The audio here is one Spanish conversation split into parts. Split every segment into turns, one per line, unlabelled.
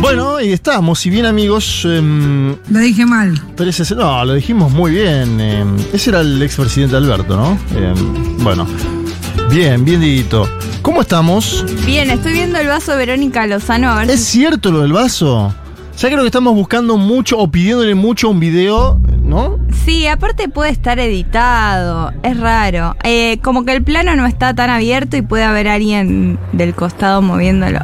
Bueno, y estamos, si bien amigos. em,
Lo dije mal.
13 No, lo dijimos muy bien. eh, ese era el expresidente Alberto, ¿no? Eh, bueno. Bien, bien, Didito. ¿Cómo estamos?
Bien, estoy viendo el vaso de Verónica Lozano. A ver
¿Es
si-
cierto lo del vaso? Ya creo que estamos buscando mucho o pidiéndole mucho a un video, ¿no?
Sí, aparte puede estar editado. Es raro. Eh, como que el plano no está tan abierto y puede haber alguien del costado moviéndolo.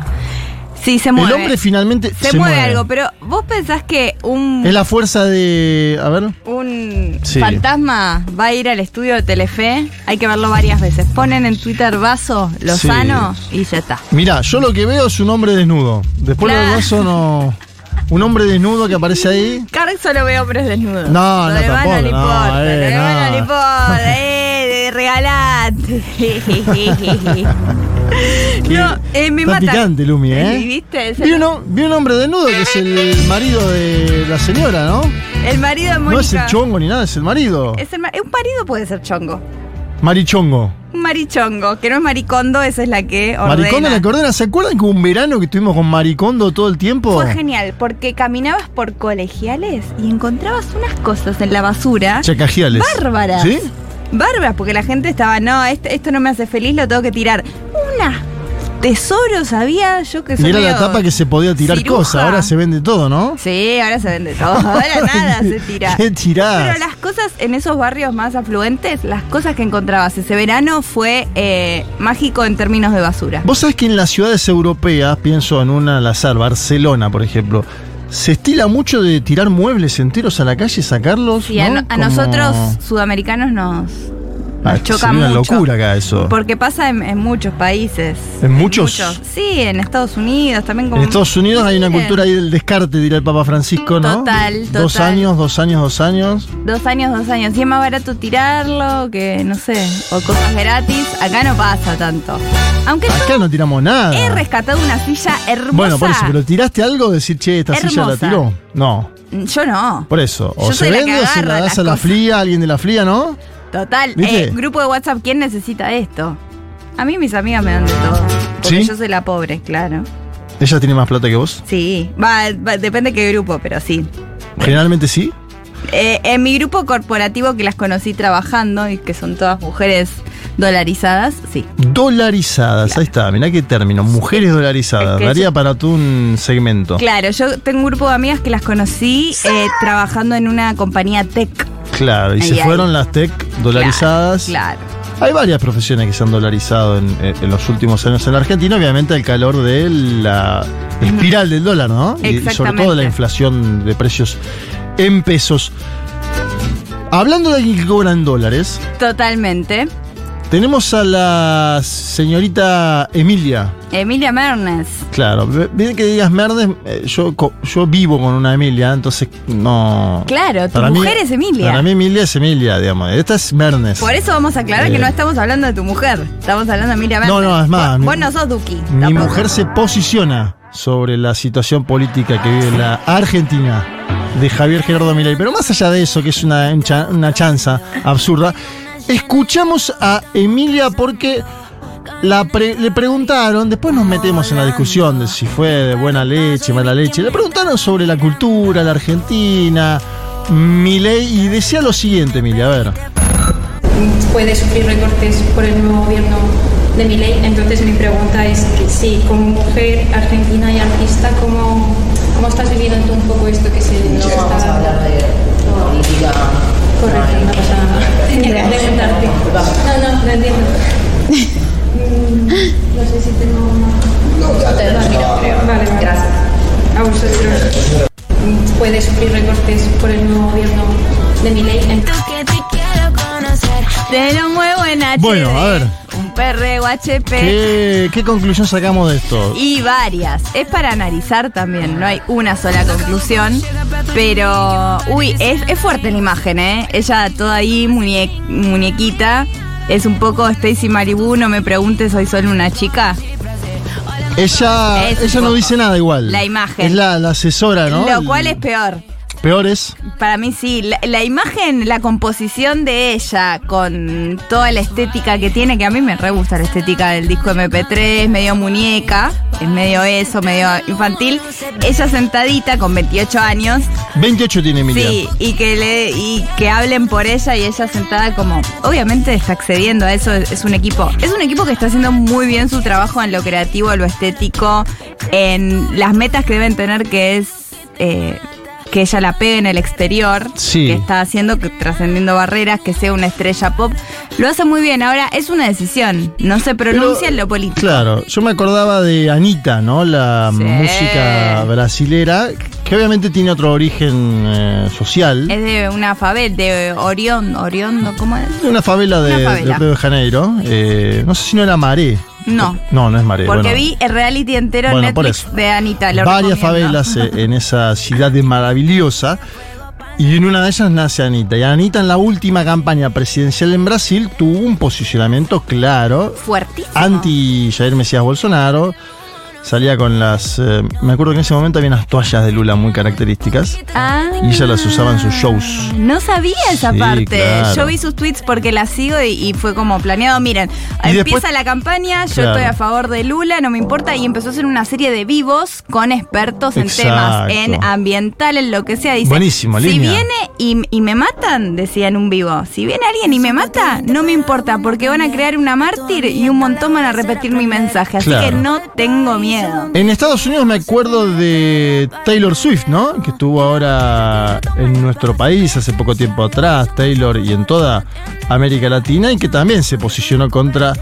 Sí, se
el
mueve.
hombre finalmente
se, mueve, algo, pero vos pensás que un,
Es la fuerza de... A ver.
un
Sí.
fantasma va a ir al estudio de Telefe. Hay que verlo varias veces. Ponen en Twitter vaso Lozano y ya está.
Mira, yo lo que veo es un hombre desnudo. Después del
Claro.
vaso no... Un hombre desnudo que aparece ahí.
Carl solo veo hombres desnudos.
No,
Lo
no,
demás
tampoco,
le
no,
importa, lo
eh,
demás
no.
no le importa, eh, de- regalate. no, eh, me
Está
mata.
picante, Lumi, ¿eh?
Sí, ¿Viste? Es
Vi
el,
un, hom- vi un hombre desnudo que es el marido de la señora, ¿no?
el marido de Mónica.
No es el chongo ni nada, es el marido.
Es el ma- un marido puede ser chongo.
Marichongo.
Un marichongo, que no es maricondo, esa es la que ordena.
Maricondo la cordera. ¿Se acuerdan que un verano que estuvimos con Maricondo todo el tiempo?
Fue genial, porque caminabas por colegiales y encontrabas unas cosas en la basura.
Chacajiales.
Bárbaras.
¿Sí?
Bárbaras, porque la gente estaba, no, esto, esto no me hace feliz, lo tengo que tirar. Una tesoros había, yo que
Y
soy
era la
medio
tapa que se podía tirar
ciruja.
cosas. Ahora se vende todo, ¿no?
Sí, ahora se vende todo. Ahora nada se tira.
¿Qué tirás?
Pero las cosas en esos barrios más afluentes, las cosas que encontrabas ese verano fue eh, mágico en términos de basura.
Vos sabés que en las ciudades europeas, pienso en una al azar, Barcelona, por ejemplo, se estila mucho de tirar muebles enteros a la calle y sacarlos.
Sí, a,
¿no?
no- a
Como-
nosotros sudamericanos nos, nos
Ah,
choca
sería una
mucho.
locura acá eso.
Porque pasa en, en muchos países.
¿En Oh. muchos?
Sí, en Estados Unidos también como...
En Estados Unidos hay una
Bien.
cultura ahí del descarte, dirá el Papa Francisco, ¿no?
Total,
Dos
total.
años, dos años, dos años.
Dos años, dos años. Y es más barato tirarlo que, no sé, o cosas gratis. Acá no pasa tanto. Aunque
Acá
yo
no tiramos nada.
he rescatado una silla hermosa.
Ah. Bueno, por eso, pero tiraste algo, decir, che, esta silla la
Hermosa.
tiró. No,
Yo no.
por eso. O
Yo
se
soy la que
vende o se la
agarra
das
las
a la
cosas.
fría, alguien de la fría, ¿no?
Total.
¿Viste?
Eh, grupo de WhatsApp, ¿quién necesita esto? A mí mis amigas me dan de todo. Porque
¿Sí?
yo soy la pobre, claro.
Ella tiene más plata que vos.
Sí. Va, va, depende qué grupo, pero sí.
Generalmente sí.
Eh, en mi grupo corporativo que las conocí trabajando y que son todas mujeres dolarizadas, sí.
Dolarizadas, ahí está, mirá qué término. Mujeres dolarizadas.
Es que
Daría para tú un segmento.
Claro, yo tengo un grupo de amigas que las conocí eh, trabajando en una compañía tech.
Claro, y
Ahí,
se
ahí.
fueron las tech dolarizadas.
Claro.
Hay varias profesiones que se han dolarizado en, en los últimos años en la Argentina, obviamente el calor de la espiral del dólar, ¿no? Y- Y sobre
Exactamente.
todo la inflación de precios en pesos. Hablando de alguien que cobra en dólares,
Totalmente.
tenemos a la señorita Emilia.
Emilia Mernes.
Claro, ve- bien que digas Merdes, eh, yo, co- yo vivo con una Emilia, entonces no...
Claro, tu mujer es Emilia.
Para mí Emilia es Emilia, digamos. Esta es Mernes.
Por eso vamos a aclarar
Eh.
que no estamos hablando de tu mujer. Estamos hablando de Emilia Mernes.
No, no, es más,
Vos,
mi-
vos no sos Duki.
Mi
tampoco.
mujer se posiciona sobre la situación política que vive la Argentina de Javier Gerardo Milei. Pero más allá de eso, que es una, un cha- una chanza absurda, escuchamos a Emilia porque la pre- le preguntaron, después nos metemos en la discusión de si fue de buena leche, mala leche, le preguntaron sobre la cultura, la Argentina, Milei, y decía lo siguiente, Emilia, a ver.
puede sufrir recortes por el nuevo gobierno de mi ley. Entonces mi pregunta es que sí, como mujer argentina y artista, ¿cómo, cómo estás viviendo tú un poco esto que se
No
se
vamos a
está-
hablar de política.
Correcto, no pasa nada. Tenía que preguntarte. No, no, lo entiendo. Mm, No sé si tengo una...
No, te no,
Vale, vale.
Gracias.
A vosotros. Mm, Puede sufrir recortes por el nuevo gobierno de mi ley.
Te lo muevo en HD.
Bueno, a ver.
Un perreo HP.
¿Qué, qué conclusión sacamos de esto?
Y varias. Es para analizar también, no hay una sola conclusión. Pero, uy, es, es fuerte la imagen, ¿eh? Ella toda ahí, muñe- muñequita. Es un poco Stacy Malibu, no me preguntes, soy solo una chica.
Ella,
Es un
ella no
poco.
dice nada igual.
La imagen.
Es la, la asesora, ¿no?
Lo cual es peor.
peores.
Para mí sí, la, la imagen, la composición de ella con toda la estética que tiene, que a mí me re gusta la estética del disco MP3, medio muñeca, es medio eso, medio infantil. Ella sentadita con 28 años,
28 tiene Emilia.
sí, y que le y que hablen por ella y ella sentada como obviamente está accediendo a eso, es, es un equipo. Es un equipo que está haciendo muy bien su trabajo en lo creativo, en lo estético, en las metas que deben tener que es eh, que ella la pegue en el exterior,
Sí.
que está haciendo, que trascendiendo barreras, que sea una estrella pop. Lo hace muy bien. Ahora, es una decisión. No se pronuncia en lo político.
Claro, yo me acordaba de Anita, ¿no? La
Sí.
música brasilera, que obviamente tiene otro origen eh, social.
Es de una favela, de Orión, Orión, ¿no? ¿cómo es?
De una favela de,
Una favela.
de Río de Janeiro. eh, no sé si no era Maré.
No.
No, no es Maré.
Porque
bueno.
vi el reality entero en
Bueno, por
Netflix
eso.
de Anita. lo
varias
recomiendo.
favelas eh, en esa ciudad de maravillosa. Y en una de ellas nace Anita. Y Anita en la última campaña presidencial en Brasil tuvo un posicionamiento claro,
Fuertísimo.
anti Jair Mesías Bolsonaro. Salía con las... eh, me acuerdo que en ese momento había unas toallas de Lula muy características.
Ah.
Y ella las usaba en sus shows.
No sabía esa
Sí,
parte.
claro.
Yo vi sus tweets porque las sigo y, y fue como planeado. Miren,
Y
empieza
después-
la campaña, yo
Claro.
estoy a favor de Lula, no me importa. Y empezó a hacer una serie de vivos con expertos en
Exacto.
temas, en ambiental, en lo que sea. Dice,
Buenísimo,
si
línea.
viene y, y me matan, decía en un vivo. Si viene alguien y me mata, no me importa, porque van a crear una mártir y un montón van a repetir mi mensaje. Así
Claro.
que no tengo miedo.
En Estados Unidos me acuerdo de Taylor Swift, ¿no? Que estuvo ahora en nuestro país hace poco tiempo atrás, Taylor y en toda América Latina, y que también se posicionó contra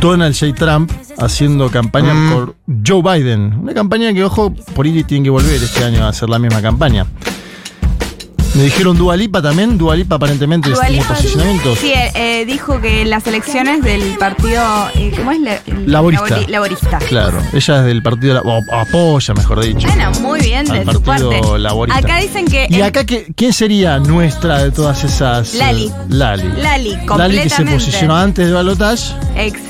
Donald J. Trump haciendo campaña por Joe Biden. Una campaña que, ojo, por ahí tienen que volver este año a hacer la misma campaña. Me dijeron Dualipa también, Dualipa aparentemente
Dua
tiene
Lipa-
posicionamientos.
Sí, eh, eh, dijo que las elecciones del partido. eh, ¿Cómo es? La- el-
Laborista.
labori- laborista.
Claro, ella es del partido, la- o apoya, mejor dicho.
Bueno, muy bien de
al
su
partido
parte.
laborista.
Acá dicen que.
¿Y
Eh, el-
acá que- quién sería nuestra de todas esas? eh,
Lali.
Lali.
Lali,
Lali que se
completamente.
posicionó antes de Balotage.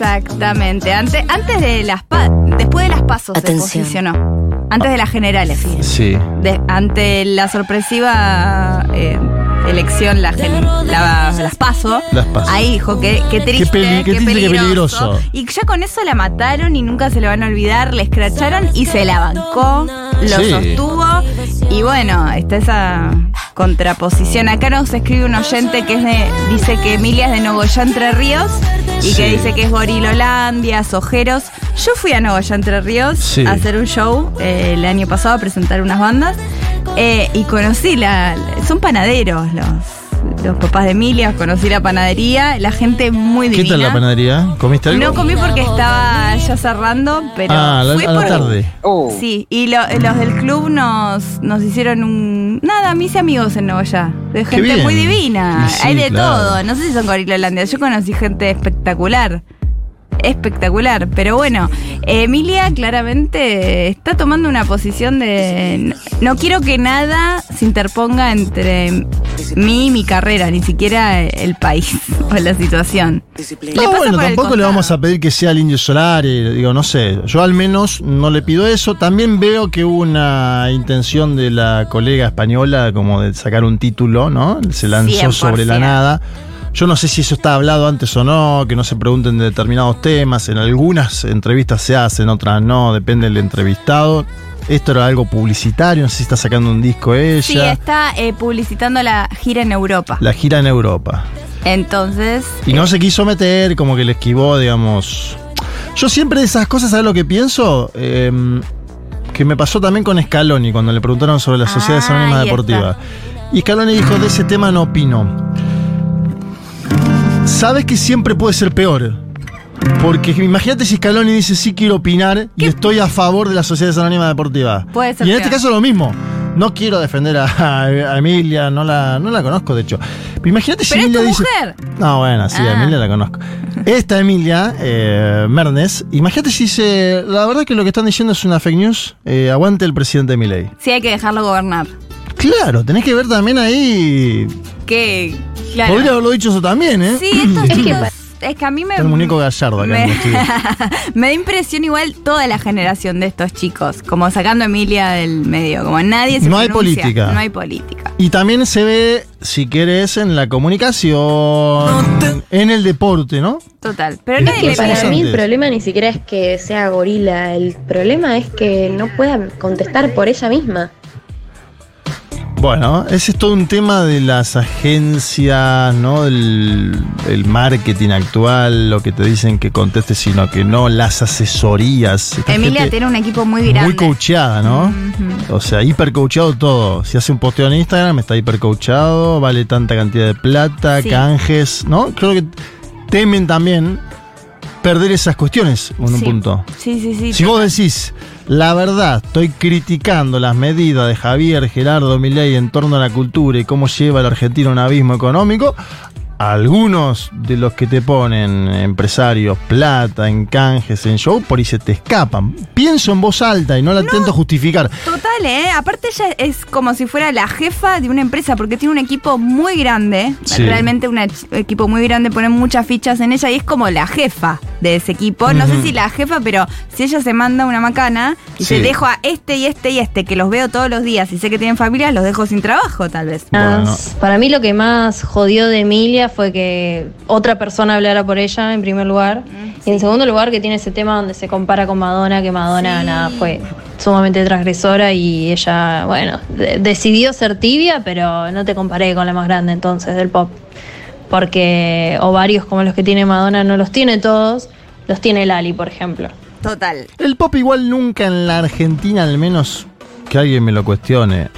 Exactamente. Antes, antes de las. pa- Después de las pasos se
Atención.
posicionó. Antes de las generales.
Sí.
De- ante la sorpresiva. eh, Elección, la, gen- la- las paso.
Las PASO.
Ahí dijo que, que triste,
Qué peli-
qué
qué triste, qué
peligroso.
peligroso.
Y ya con eso la mataron y nunca se lo van a olvidar. Le escracharon y se la bancó, lo
Sí.
sostuvo. Y bueno, está esa contraposición. Acá nos escribe un oyente que es de- dice que Emilia es de Nogoyá Entre Ríos y que
Sí.
dice que es Gorilolandia, Ojeros. Yo fui a Nogoyá Entre Ríos
Sí.
a hacer un show eh, el año pasado, a presentar unas bandas. eh, y conocí la. Son panaderos los, los papás de Emilia, conocí la panadería, la gente muy
¿Qué
divina.
tal la panadería? ¿Comiste algo?
No comí porque estaba ya cerrando, pero
ah, a la,
fui
a la
por-
tarde.
Sí, y lo- los del club nos, nos hicieron un... Nada, me hice amigos en Nogoyá, de gente
bien.
muy divina,
Y sí,
hay de
claro.
todo, no sé si son Gorilolandia, yo conocí gente espectacular. Espectacular, pero bueno, Emilia claramente está tomando una posición de no quiero que nada se interponga entre mí y mi carrera, ni siquiera el país o la situación. Le
No,
pasa
bueno,
por el
tampoco le vamos
costado.
a pedir que sea el Indio Solar, eh, digo, no sé, yo al menos no le pido eso. También veo que hubo una intención de la colega española como de sacar un título, ¿no? Se lanzó
100%.
sobre la nada. Yo no sé si eso está hablado antes o no, que no se pregunten de determinados temas, en algunas entrevistas se hacen, otras no, depende del entrevistado. Esto era algo publicitario, no sé si está sacando un disco ella.
Sí, está eh, publicitando la gira en Europa.
La gira en Europa.
Entonces,
Y no se quiso meter, como que le esquivó, digamos. Yo siempre de esas cosas, ¿sabes lo que pienso? Eh, que me pasó también con Scaloni, cuando le preguntaron sobre las
Ah,
sociedades anónimas
ahí
deportivas. Y Scaloni dijo, de ese tema no opino. Sabes que siempre puede ser peor. Porque imagínate si Scaloni dice, sí quiero opinar y estoy a favor de las sociedades anónimas deportivas.
Puede ser
y en este
peor.
caso lo mismo. No quiero defender a, a Emilia, no la, no la conozco, de hecho. Pero imagínate si
Pero es
Emilia
tu
dice.
mujer.
No, bueno, sí, a
Ah.
Emilia la conozco. Esta Emilia, eh, Mernes, imagínate si dice, la verdad que lo que están diciendo es una fake news, eh, aguante el presidente Milei.
sí hay que dejarlo gobernar.
Claro, tenés que ver también ahí,
Que, claro.
podría haberlo dicho eso también, ¿eh?
Sí, estos
Está
chicos. Es que a mí me.
el muñeco gallardo acá. en
me,
el estudio.
me da impresión igual toda la generación de estos chicos, como sacando a Emilia del medio, como nadie se
No hay
pronuncia,
política.
No hay política.
Y también se ve, si quieres, en la comunicación, en el deporte, ¿no?
Total. Pero
Es
nadie le
que
Para
pasa-
pide.
mí el
interesantes.
problema ni siquiera es que sea gorila, el problema es que no pueda contestar por ella misma.
Bueno, ese es todo un tema de las agencias, ¿no? Del el marketing actual, lo que te dicen que contestes, sino que no, las asesorías. Esta
Emilia
gente
tiene un equipo muy grande.
Muy coacheada, ¿no? O sea, hipercoachado todo. Si hace un posteo en Instagram, está hipercoachado, vale tanta cantidad de plata,
Sí.
canjes, ¿no? Creo que temen también perder esas cuestiones en un
Sí.
punto.
Sí, sí, sí.
Si vos decís, la verdad, estoy criticando las medidas de Javier Gerardo Milei en torno a la cultura y cómo lleva a la Argentina a un abismo económico, algunos de los que te ponen empresarios, plata, en canjes, en show, por ahí se te escapan. Pienso en voz alta y no la intento justificar.
Total, ¿eh? Aparte ella es como si fuera la jefa de una empresa porque tiene un equipo muy grande.
Sí.
Realmente un ach- equipo muy grande, ponen muchas fichas en ella y es como la jefa de ese equipo. No sé si la jefa, pero si ella se manda una macana y
Sí.
se dejo a este y este y este, que los veo todos los días y sé que tienen familia, los dejo sin trabajo tal vez.
Bueno.
Para mí lo que más jodió de Emilia fue que otra persona hablara por ella, en primer lugar.
Mm,
Y en segundo lugar, que tiene ese tema donde se compara con Madonna, que Madonna
Sí.
nada, fue sumamente transgresora y ella, bueno, de- decidió ser tibia, pero no te comparé con la más grande entonces del pop. Porque ovarios como los que tiene Madonna no los tiene todos, los tiene Lali, por ejemplo.
Total.
El pop igual nunca en la Argentina, al menos que alguien me lo cuestione.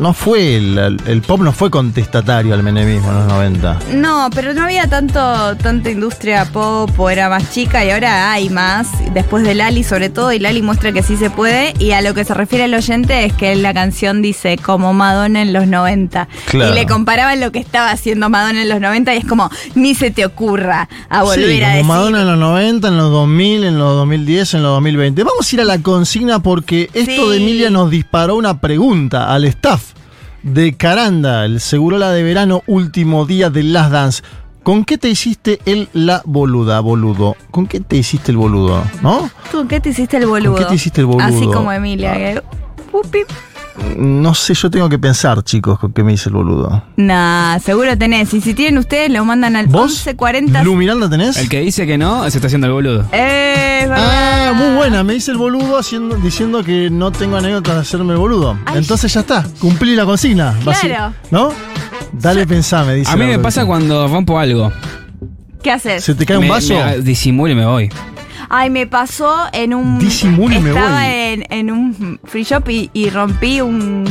No fue, el, el pop no fue contestatario al menemismo en los 90.
No, pero no había tanto tanta industria pop o era más chica y ahora hay más. Después de Lali sobre todo y Lali muestra que sí se puede y a lo que se refiere el oyente es que la canción dice como Madonna en los 90
Claro.
y le comparaban lo que estaba haciendo Madonna en los 90 y es como ni se te ocurra a volver
Sí,
a
como
decir.
Madonna en los 90, en los 2000, en los 2010, en los 2020. Vamos a ir a la consigna porque esto de
Sí.
Emilia nos disparó una pregunta al staff de Caranda, el Segurola de verano, último día de Las Dance. ¿Con qué te hiciste el la boluda, boludo? ¿Con qué te hiciste el boludo, no?
¿Con qué te hiciste el boludo?
¿Con qué te hiciste el boludo? Ah.
Así como em- Emilia. que, upi.
No sé, yo tengo que pensar, chicos, con qué me hice el boludo.
Nah, seguro tenés. Y si tienen ustedes, lo mandan al
¿Vos?
1140.
¿Lu Miranda tenés?
El que dice que no se está haciendo el boludo.
Eh, es
Ah,
verdad.
muy buena. Me hice el boludo haciendo, diciendo que no tengo anécdotas de hacerme el boludo.
Ay.
Entonces ya está, cumplí la consigna. Vas-
Claro.
¿No? Dale, pensame, dice.
A mí
la
me
otra
pasa
persona.
cuando rompo algo.
¿Qué haces?
¿Se te cae un
Me-
vaso?
me- disimulo y me voy.
Ay, me pasó en un.
Disimulo y me
Estaba
voy.
en, en un free shop y, y rompí un,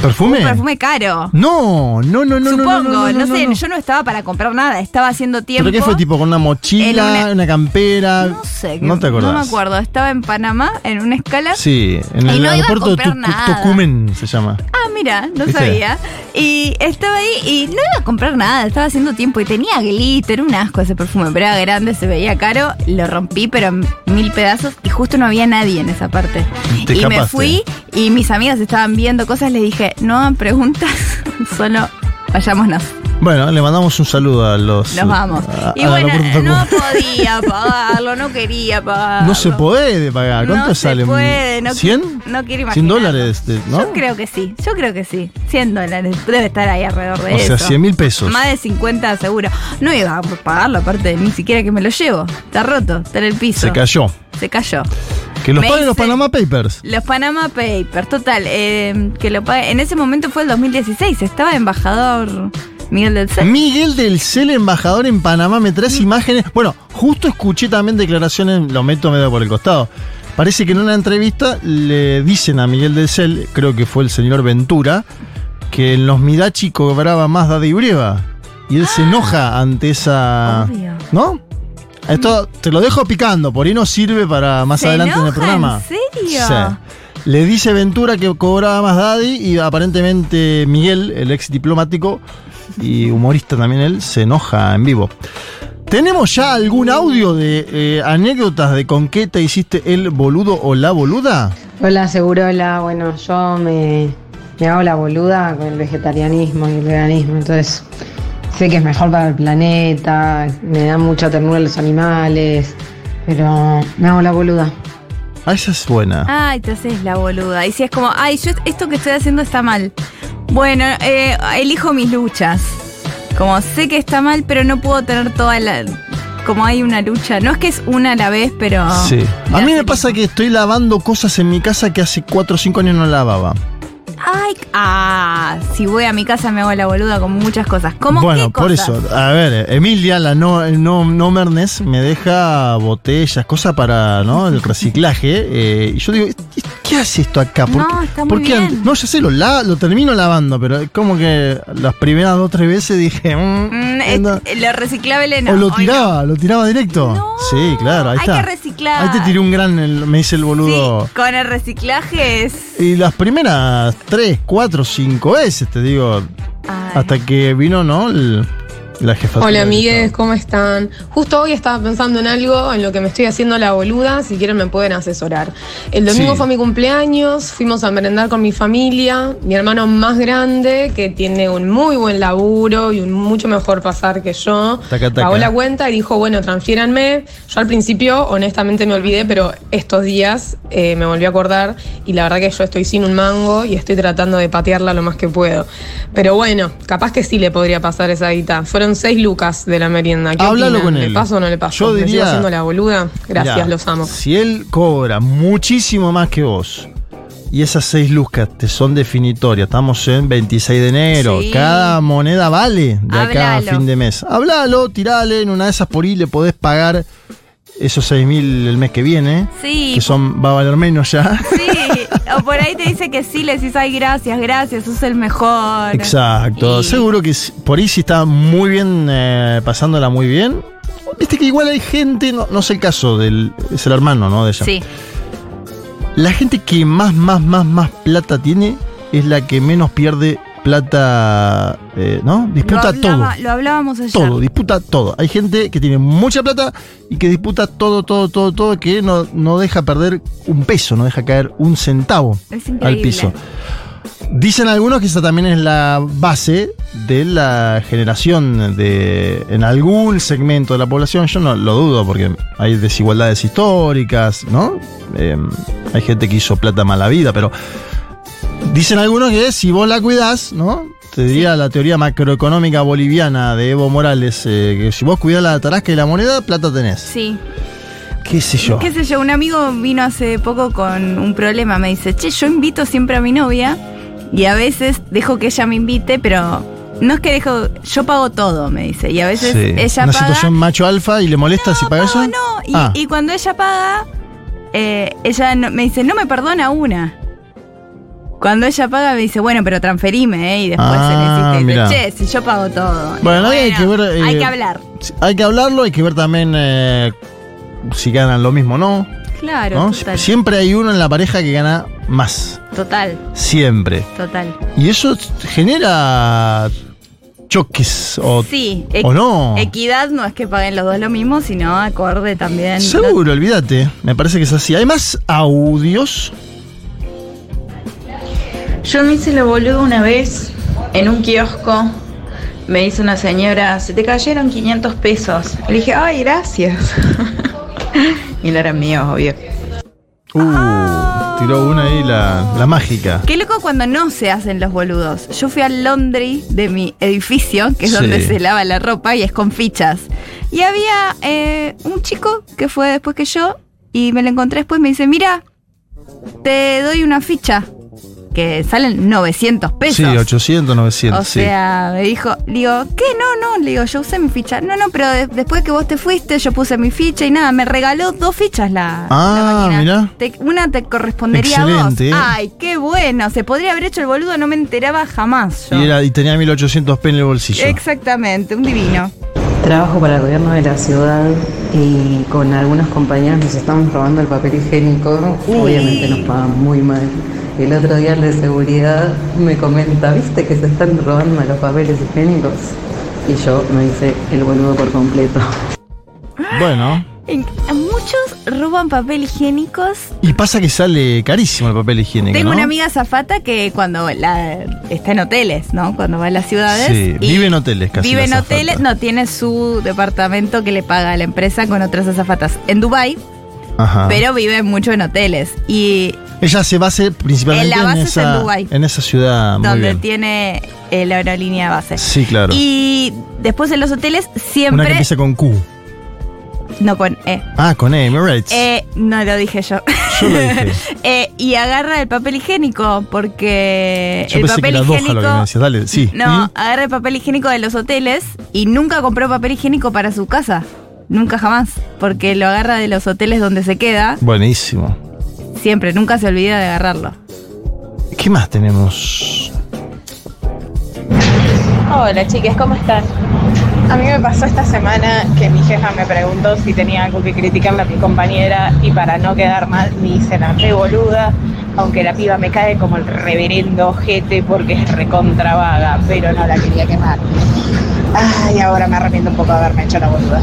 ¿Perfume?
un perfume caro.
No, no, no, no. no,
Supongo,
no,
no,
no, no,
sé,
no, no.
yo no estaba para comprar nada, estaba haciendo tiempo.
¿Pero qué fue tipo? ¿Con una mochila?
En
Una...
una-
campera?
No sé,
¿No te acordás?
No me acuerdo, estaba en Panamá en una escala.
Sí, en
Y
el
no iba a
aeropuerto de
comprar
Tucu-
nada.
Tucumén se llama.
Ah, mira, no
¿Viste?
sabía. Y estaba ahí y no iba a comprar nada, estaba haciendo tiempo y tenía glitter, un asco ese perfume, pero era grande, se veía caro, lo rompí, pero en mil pedazos y justo no había nadie en esa parte.
Te
y
escapaste.
me fui y mis amigas estaban viendo cosas, les dije, no hagan preguntas, solo vayámonos,
Bueno, le mandamos un saludo a los.
nos vamos.
a-
y
al
bueno,
aeropuerto de
no
Tucumán.
podía pagarlo, no quería pagarlo.
No se puede pagar. ¿Cuánto
No se
sale?
puede, no, qui-
¿100?
No quiero imaginar.
100 dólares, de- ¿no?
Yo creo que sí, yo creo que sí. 100 dólares, debe estar ahí alrededor de
O
eso.
sea, 100 mil pesos.
Más de 50 seguro. No iba a pagarlo, aparte, ni siquiera que me lo llevo. Está roto, está en el piso.
Se cayó.
Se cayó.
Que los
Me
paguen los
hice-
Panama Papers.
Los Panama Papers, total, eh, que lo pague. En ese momento fue el 2016, estaba embajador Miguel del Cel.
Miguel del Cel, embajador en Panamá, me traes imágenes. Bueno, justo escuché también declaraciones, lo meto medio por el costado. Parece que en una entrevista le dicen a Miguel del Cel, creo que fue el señor Ventura, que en los Midachi cobraba más Daddy Breva. Y él se enoja ante esa.
Ah. Obvio.
¿No? Esto te lo dejo picando, por ahí no sirve para más
¿Se
adelante en el
enoja?
programa.
¿En serio?
Sí. Le dice Ventura que cobraba más Daddy y aparentemente Miguel, el ex diplomático y humorista también él, se enoja en vivo. ¿Tenemos ya algún audio de eh, anécdotas de con qué te hiciste el boludo o la boluda?
Hola, Segurola. Bueno, yo me, me hago la boluda con el vegetarianismo y el veganismo, entonces sé que es mejor para el planeta, me dan mucha ternura los animales, pero me hago la boluda.
Ah, esa es buena.
Ay, te haces la boluda. Y si es como, ay, yo esto que estoy haciendo está mal. Bueno, eh, elijo mis luchas. Como sé que está mal, pero no puedo tener toda la. Como hay una lucha. No es que es una a la vez, pero.
Sí. A mí me pasa que estoy lavando cosas en mi casa que hace 4 o 5 años no lavaba.
Ay, ah, si voy a mi casa me hago la boluda con muchas cosas. ¿Cómo qué
bueno, por
cosas?
eso. A ver, Emilia, la no, no, no Mernes, me deja botellas, cosas para ¿no? el reciclaje. eh, y yo digo, "¿Y ¿qué hace esto acá?
No, está muy
por qué
bien.
antes?". No, ya sé, lo, la- lo termino lavando, pero como que las primeras dos o tres veces dije, "Mm,
Mm, eh,
anda".
lo reciclable no.
o lo
hoy no.
tiraba, lo tiraba directo.
No,
sí, claro, ahí
hay
está.
que reciclar.
Ahí te tiré un gran, el- me dice el boludo.
Sí, con el reciclaje es.
Y las primeras tres, cuatro, cinco veces, te digo,
Ay.
hasta que vino, ¿no? El- la jefa.
Hola amigues, ¿cómo están? Justo hoy estaba pensando en algo, en lo que me estoy haciendo la boluda, si quieren me pueden asesorar. El domingo
Sí.
fue mi cumpleaños, fuimos a merendar con mi familia, mi hermano más grande, que tiene un muy buen laburo y un mucho mejor pasar que yo,
Taca, taca.
pagó la cuenta y dijo, bueno, transfiéranme. Yo al principio honestamente me olvidé, pero estos días eh, me volví a acordar y la verdad que yo estoy sin un mango y estoy tratando de patearla lo más que puedo. Pero bueno, capaz que sí le podría pasar esa guita. Fueron seis lucas de la merienda. ¿Qué
Háblalo
opinan?
con él.
¿Le paso o no le paso?
Yo
¿Me sigo
diría-
haciendo la boluda? Gracias,
Mirá,
los amo.
Si él cobra muchísimo más que vos y esas seis lucas te son definitorias, estamos en 26 de enero,
Sí.
cada moneda vale de acá a
Hablalo.
fin de mes. Hablalo, tirale, en una de esas por ahí le podés pagar esos seis mil el mes que viene,
Sí,
que son, va a valer menos ya.
sí. o por ahí te dice que sí, le decís, ay, gracias, gracias, sos el mejor.
Exacto,
Y-
seguro que s- por ahí si está muy bien, eh, pasándola muy bien. Viste que igual hay gente, no, no es el caso del, es el hermano, ¿no? De ella.
Sí.
La gente que más, más, más, más plata tiene es la que menos pierde plata, eh, ¿no?
Lo,
Disputa todo.
hablaba- lo hablábamos ayer.
Todo, disputa todo. Hay gente que tiene mucha plata y que disputa todo, todo, todo, todo, que no, no deja perder un peso, no deja caer un centavo
Es
al
increíble.
piso. Dicen algunos que esa también es la base de la generación de en algún segmento de la población. Yo no lo dudo porque hay desigualdades históricas, ¿no? Eh, hay gente que hizo plata mala vida, pero dicen algunos que si vos la cuidás, ¿no? Te diría la teoría macroeconómica boliviana de Evo Morales, eh, que si vos cuidás la tarasca y la moneda, plata tenés.
Sí.
¿Qué sé yo?
Qué sé yo, un amigo vino hace poco con un problema. Me dice, che, yo invito siempre a mi novia y a veces dejo que ella me invite, pero no es que dejo, yo pago todo, me dice. Y a veces
Sí.
ella
Una
paga.
situación macho alfa y le molesta si paga
No,
eso.
no. Y,
Ah.
y cuando ella paga, eh, ella no- me dice, no me perdona una. Cuando ella paga, me dice, bueno, pero transferime, ¿eh? Y después
Ah,
se le
mirá.
dice, che, si yo pago todo.
Bueno, ahí hay que ver, eh,
hay que hablar.
Sí, Hay que hablarlo, hay que ver también eh, si ganan lo mismo o no.
Claro,
¿no?
total.
Siempre hay uno en la pareja que gana más.
Total,
Siempre.
total.
Y eso genera choques o,
sí, equ-
o no.
Equidad no es que paguen los dos lo mismo, sino acorde también.
Seguro, olvídate. Me parece que es así. Hay más audios.
Yo me hice lo boludo una vez en un kiosco. Me dice una señora, se te cayeron 500 pesos. Le dije, ay, gracias. y no eran míos, obvio.
Uh,
Ah.
tiró una ahí la, la mágica.
Qué loco cuando no se hacen los boludos. Yo fui al laundry de mi edificio, que es
Sí.
donde se lava la ropa y es con fichas. Y había eh, un chico que fue después que yo y me lo encontré después y me dice, mira, te doy una ficha que salen 900 pesos.
Sí, 800, 900.
O
sí.
sea, me dijo, digo, ¿qué? No, no, le digo, yo usé mi ficha. No, no, pero de- después que vos te fuiste, yo puse mi ficha y nada, me regaló dos fichas la.
Ah,
la máquina.
mirá.
Te- una te correspondería
Excelente, eh.
a vos. Ay, qué bueno. Se podría haber hecho el boludo, no me enteraba jamás. yo.
y, era- y tenía 1800 p en el bolsillo.
Exactamente, un divino.
Trabajo para el gobierno de la ciudad y con algunos compañeros nos estamos robando el papel higiénico. Obviamente nos pagan muy mal. El otro día el de seguridad me comenta, ¿viste que se están robando los papeles higiénicos? Y yo me hice el boludo por completo.
Bueno.
En- muchos roban papel higiénicos
Y pasa que sale carísimo el papel higiénico.
Tengo
¿no?
una amiga zafata que cuando la, está en hoteles, ¿no? Cuando va a las ciudades.
Sí,
y
vive en hoteles casi
Vive
la
en
azafata.
hoteles, no, tiene su departamento que le paga a la empresa con otras azafatas en Dubai
Ajá.
pero vive mucho en hoteles. Y
Ella se base principalmente
Eh, la base
en,
es en
esa,
Dubái.
en esa ciudad. Ah, muy
donde
bien.
tiene eh, la aerolínea base.
Sí, claro.
Y después en los hoteles
Una que
siempre.
empieza con Q.
No con E.
Ah, con Emirates.
Eh, no lo dije yo.
Yo lo dije.
Eh, y agarra el papel higiénico, porque
Yo
el
pensé que
papel
era Doha
higiénico.
lo que me decías. Dale, sí.
No,
¿Y?
agarra el papel higiénico de los hoteles y nunca compró papel higiénico para su casa. Nunca jamás. Porque lo agarra de los hoteles donde se queda.
Buenísimo.
Siempre, nunca se olvida de agarrarlo.
¿Qué más tenemos?
Hola chicas, ¿cómo están? A mí me pasó esta semana que mi jefa me preguntó si tenía algo que criticarle a mi compañera y para no quedar mal me hice la re boluda, aunque la piba me cae como el reverendo ojete porque es recontra vaga, pero no la quería quemar. Ay, ahora me arrepiento un poco de haberme hecho la boluda.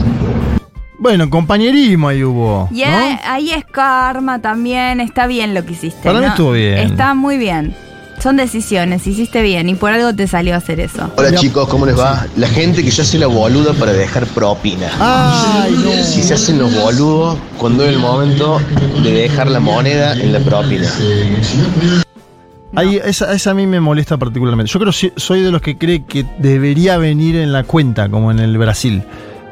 Bueno, compañerismo ahí hubo.
Y ahí- ahí es karma también, está bien lo que hiciste.
Para mí
¿no?
estuvo bien.
Está muy bien. Son decisiones, hiciste bien y por algo te salió hacer eso.
Hola chicos, ¿cómo les va? La gente que se hace la boluda para dejar propina.
Ay,
Si se hacen los boludos cuando es el momento de dejar la moneda en la propina.
Ahí, esa, esa a mí me molesta particularmente. Yo creo que soy de los que cree que debería venir en la cuenta, como en el Brasil.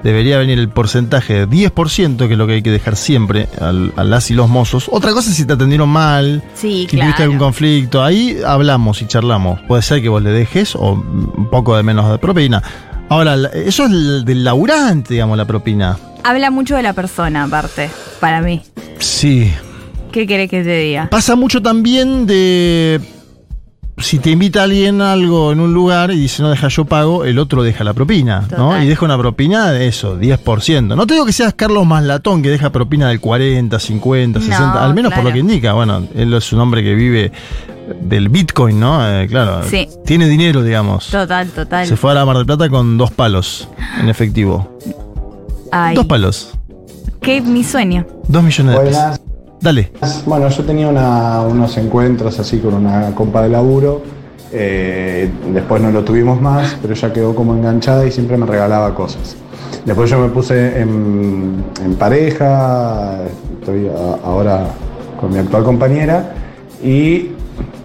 Debería venir el porcentaje de 10%, que es lo que hay que dejar siempre al- a las y los mozos. Otra cosa es si te atendieron mal,
Sí,
si tuviste algún conflicto. Ahí hablamos y charlamos. Puede ser que vos le dejes o un poco de menos de propina. Ahora, la- eso es el del laburante, digamos, la propina.
Habla mucho de la persona, aparte, para mí.
Sí,
¿Qué querés que te diga?
Pasa mucho también de. Si te invita alguien a algo en un lugar y dice no deja yo pago, el otro deja la propina, ¿no?
Total.
Y deja una propina de eso, 10%. No te digo que seas Carlos Maslatón, que deja propina del 40, 50,
No,
60, al menos por lo
claro.
que indica. Bueno, él es un hombre que vive del Bitcoin, ¿no? Eh, claro.
Sí.
Tiene dinero, digamos.
Total, total.
Se fue a la Mar del Plata con dos palos en efectivo.
Ay,
Dos palos.
qué mi sueño.
Dos millones de pesos.
Buenas.
Dale.
Bueno, yo tenía una- unos encuentros así con una compa de laburo. eh, después no lo tuvimos más, pero ella quedó como enganchada y siempre me regalaba cosas. Después yo me puse en, en pareja, estoy a- ahora con mi actual compañera y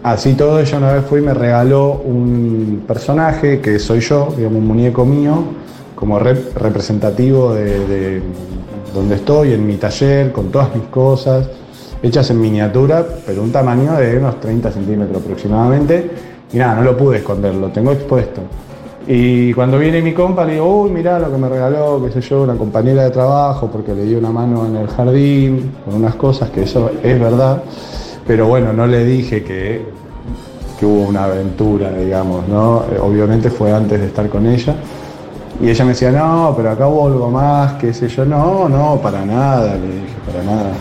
así todo ella una vez fue y me regaló un personaje que soy yo, digamos un muñeco mío, como rep- representativo de- de donde estoy, en mi taller, con todas mis cosas hechas en miniatura, pero un tamaño de unos 30 centímetros aproximadamente. Y nada, no lo pude esconder, lo tengo expuesto. Y cuando viene mi compa, le digo, uy, mirá lo que me regaló, qué sé yo, una compañera de trabajo, porque le di una mano en el jardín, con unas cosas, que eso es verdad. Pero bueno, no le dije que, que hubo una aventura, digamos, ¿no? Eh, Obviamente fue antes de estar con ella. Y ella me decía, no, pero acá hubo algo más, qué sé yo, no, no, para nada, le dije, para nada.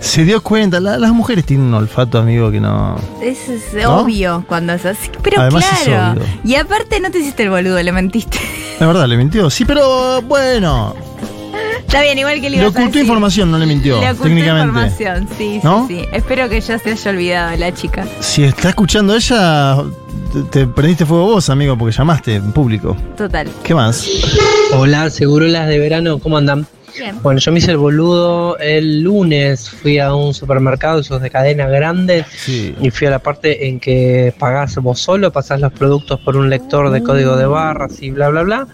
Se dio cuenta, la- las mujeres tienen un olfato, amigo, que no.
Eso es
¿No?
obvio cuando es así. Pero
Además es
claro.
obvio.
Y aparte no te hiciste el boludo, le mentiste.
La verdad, le mintió. Sí, pero bueno.
Está bien, igual que le
Le
ibas a
ocultó
decir.
información, no le mintió.
Le ocultó
técnicamente.
información, sí, sí,
¿No?
sí. Espero que ya se haya olvidado la chica.
Si está escuchando ella, te, te prendiste fuego vos, amigo, porque llamaste en público.
Total.
¿Qué más?
Hola, seguro las de verano, ¿cómo andan?
Bien.
Bueno, yo me hice el boludo el lunes, fui a un supermercado, esos de cadena grande, y fui a la parte en que pagás vos solo, pasás los productos por un lector de código de barras y bla, bla, bla.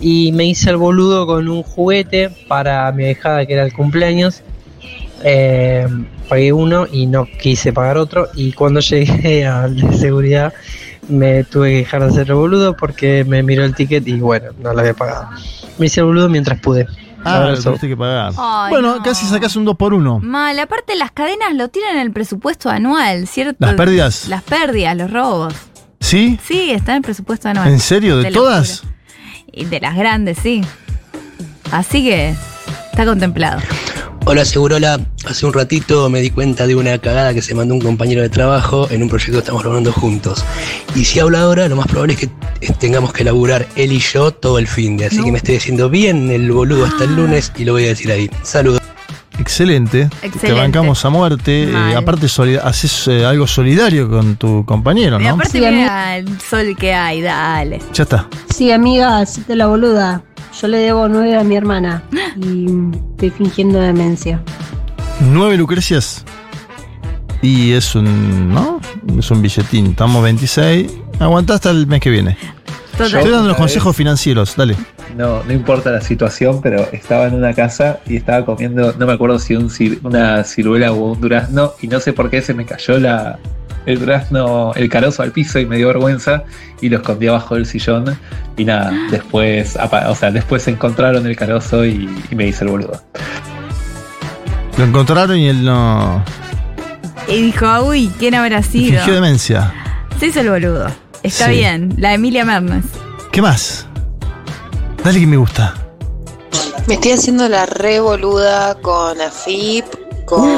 Y me hice el boludo con un juguete para mi dejada que era el cumpleaños. Eh, pagué uno y no quise pagar otro. Y cuando llegué al de seguridad me tuve que dejar de hacer el boludo porque me miró el ticket y bueno, no lo había pagado. Me hice el boludo mientras pude.
Ah, lo
Abrazo.
tuviste que pagar.
Ay,
bueno, casi sacás un 2 por 1
Mal, aparte las cadenas lo tiran en el presupuesto anual, ¿cierto?
Las pérdidas.
Las pérdidas, los robos.
¿Sí?
Sí, está en el presupuesto anual.
¿En serio? ¿De
Te lo
todas?
juro. Y de las grandes, sí. Así que está contemplado.
Hola Segurola, hace un ratito me di cuenta de una cagada que se mandó un compañero de trabajo en un proyecto que estamos logrando juntos. Y si habla ahora, lo más probable es que eh, tengamos que laburar él y yo todo el fin de, así que me estoy diciendo bien el boludo hasta el lunes y lo voy a decir ahí. Saludos.
Excelente. Te
Excelente.
bancamos a muerte. Eh,
Mal.
aparte, solida- haces eh, algo solidario con tu compañero,
Y
¿no?
aparte mira el sol que hay, dale.
Ya está.
Sí, amiga, hacete la boluda. Yo le debo nueve a mi hermana y estoy fingiendo demencia.
Nueve Lucrecias. Y es un, ¿no? Es un billetín. Estamos 26. Aguantá hasta el mes que viene.
Total.
Estoy dando
Una
los
vez-
consejos financieros. Dale.
No, no importa la situación, pero estaba en una casa y estaba comiendo, no me acuerdo si un cir- una ciruela o un durazno, y no sé por qué se me cayó la, el durazno, el carozo al piso y me dio vergüenza y lo escondí abajo del sillón. Y nada, después, apa- o sea, después encontraron el carozo y, y me hice el boludo.
Lo encontraron y él no.
Y dijo, uy, ¿quién habrá
y
sido?
Fingió demencia.
Se hizo el boludo. Está
Sí.
bien. La Emilia Mernes.
¿Qué más? Dale que me gusta.
Me estoy haciendo la revoluda con AFIP, con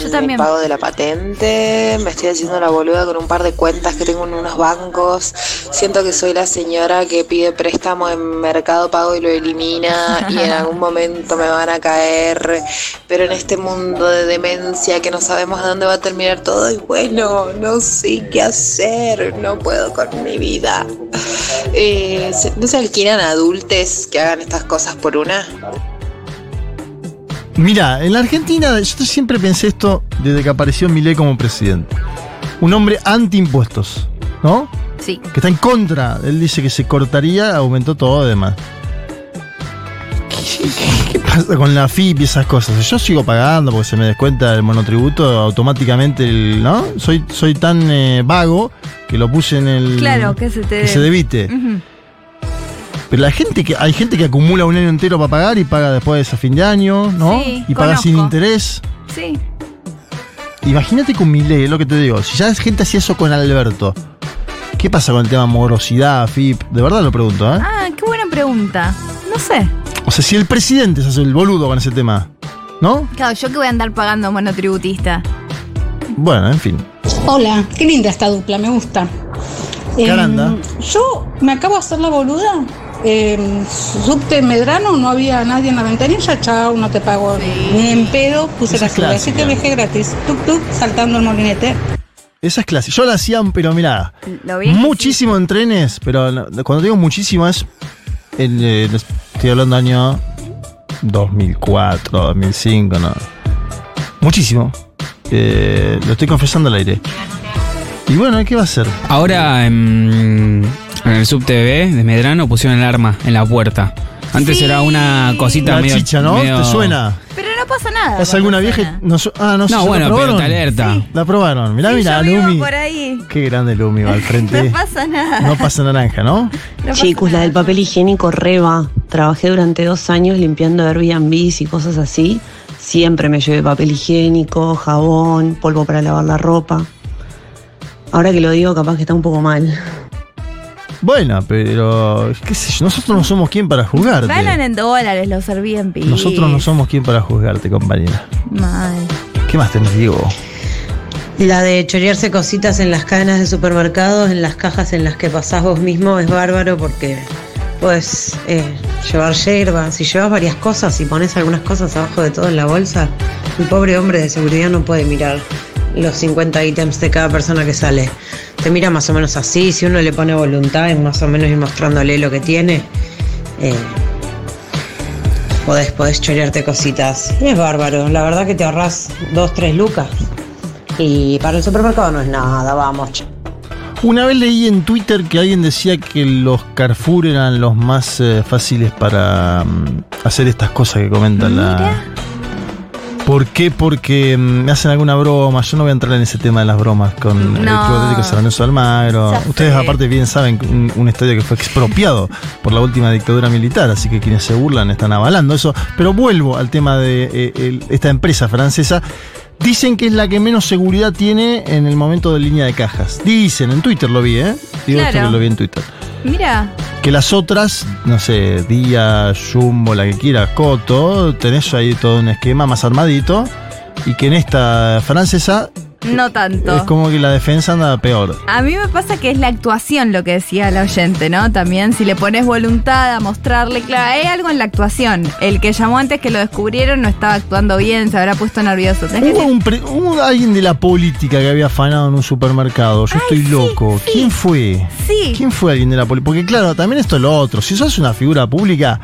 el pago de la patente, me estoy haciendo la boluda con un par de cuentas que tengo en unos bancos. Siento que soy la señora que pide préstamo en Mercado Pago y lo elimina y en algún momento me van a caer. Pero en este mundo de demencia que no sabemos a dónde va a terminar todo y bueno, no sé qué hacer, no puedo con mi vida. Eh, ¿se- ¿No se alquilan adultes que hagan estas cosas por una?
Mira, en la Argentina, yo siempre pensé esto desde que apareció Milei como presidente. Un hombre anti-impuestos, ¿no?
Sí.
Que está en contra. Él dice que se cortaría, aumentó todo demás. ¿Qué, qué- qué pasa con la FIP y esas cosas? Yo sigo pagando porque se me descuenta el monotributo automáticamente, el- ¿no? Soy, soy tan eh, vago que lo puse en el...
Claro, que se te.
que se debite.
Ujú.
Pero la gente que hay gente que acumula un año entero para pagar y paga después a fin de año, ¿no?
Sí,
y paga
conozco.
sin interés.
Sí.
Imagínate con Milei, es lo que te digo. Si ya es gente hacía eso con Alberto, ¿qué pasa con el tema morosidad, FIP? De verdad lo pregunto, ¿eh?
Ah, qué buena pregunta. No sé.
O sea, si el presidente se hace el boludo con ese tema, ¿no?
Claro, yo que voy a andar pagando monotributista.
Bueno, en fin.
Hola, qué linda esta dupla, me gusta. Em,
Caranda.
yo me acabo de hacer la boluda. em, subte Medrano, no había nadie en la ventanilla, chao, no te pago ni en pedo, puse
Esa
la
es
ciudad, así
clásica.
te viajé gratis, tuk tuk, saltando el molinete.
Esa es clase. Yo la hacía, pero mirá,
Lo
muchísimo en trenes, pero no- cuando digo muchísimo es. el, eh, estoy hablando año 2004, 2005, no. Muchísimo. Eh, lo estoy confesando al aire. Y bueno, ¿qué va a hacer?
Ahora en, en el subtv de Medrano pusieron el arma en la puerta. Antes era una cosita
La
medio.
chicha, ¿no?
medio-
¿Te suena?
Pero no pasa nada.
¿Es alguna vieja? No, su- ah, no, sé,
No,
¿la
bueno, pero
probaron?
te alerta. Sí.
La probaron. Mirá,
Sí,
mirá,
yo vivo
Lumi. Eh,
por ahí.
Qué grande Lumi va al frente.
No pasa nada.
No pasa naranja, ¿no?
Chicos, la del papel higiénico reba. Trabajé durante dos años limpiando Airbnbs y cosas así. Siempre me llevé papel higiénico, jabón, polvo para lavar la ropa. Ahora que lo digo, capaz que está un poco mal.
Bueno, pero qué sé yo, nosotros no somos quien para juzgarte.
Ganan en dólares los Airbnb.
Nosotros no somos quien para juzgarte, compañera.
Mal.
¿Qué más tenés, Diego?
La de chorearse cositas en las cadenas de supermercados, en las cajas en las que pasás vos mismo, es bárbaro porque puedes eh, llevar yerba. Si llevas varias cosas y pones algunas cosas abajo de todo en la bolsa, el pobre hombre de seguridad no puede mirar los 50 ítems de cada persona que sale. Te mira más o menos así, si uno le pone voluntad es más o menos ir mostrándole lo que tiene. eh, Podés, podés chorearte cositas. Es bárbaro. La verdad que te ahorras dos, tres lucas. Y para el supermercado no es nada, vamos. che.
Una vez leí en Twitter que alguien decía que los Carrefour eran los más eh, fáciles para mm, hacer estas cosas que comenta la. ¿Por qué? Porque mm, me hacen alguna broma. Yo no voy a entrar en ese tema de las bromas con el
No.
Club Atlético San Lorenzo de Almagro.
Ya sé.
Ustedes, aparte, bien saben que un, un estadio que fue expropiado por la última dictadura militar, así que quienes se burlan están avalando eso. Pero vuelvo al tema de eh, el- esta empresa francesa. Dicen que es la que menos seguridad tiene en el momento de línea de cajas. Dicen, en Twitter lo vi, ¿eh? Digo esto
Claro.
que lo vi en Twitter.
Mira,
Que las otras, no sé, Día, Jumbo, la que quieras, Coto, tenés ahí todo un esquema más armadito. Y que en esta francesa
no tanto.
es como que la defensa anda peor.
A mí me pasa que es la actuación lo que decía la oyente, ¿no? También si le pones voluntad a mostrarle, claro, hay algo en la actuación. El que llamó antes que lo descubrieron no estaba actuando bien, se habrá puesto nervioso. Tenés que
Hubo,
ser-
un pre- hubo alguien de la política que había afanado en un supermercado. Yo estoy loco. ¿Quién fue?
Sí.
¿Quién fue alguien de la política? Porque claro, también esto es lo otro. Si sos una figura pública,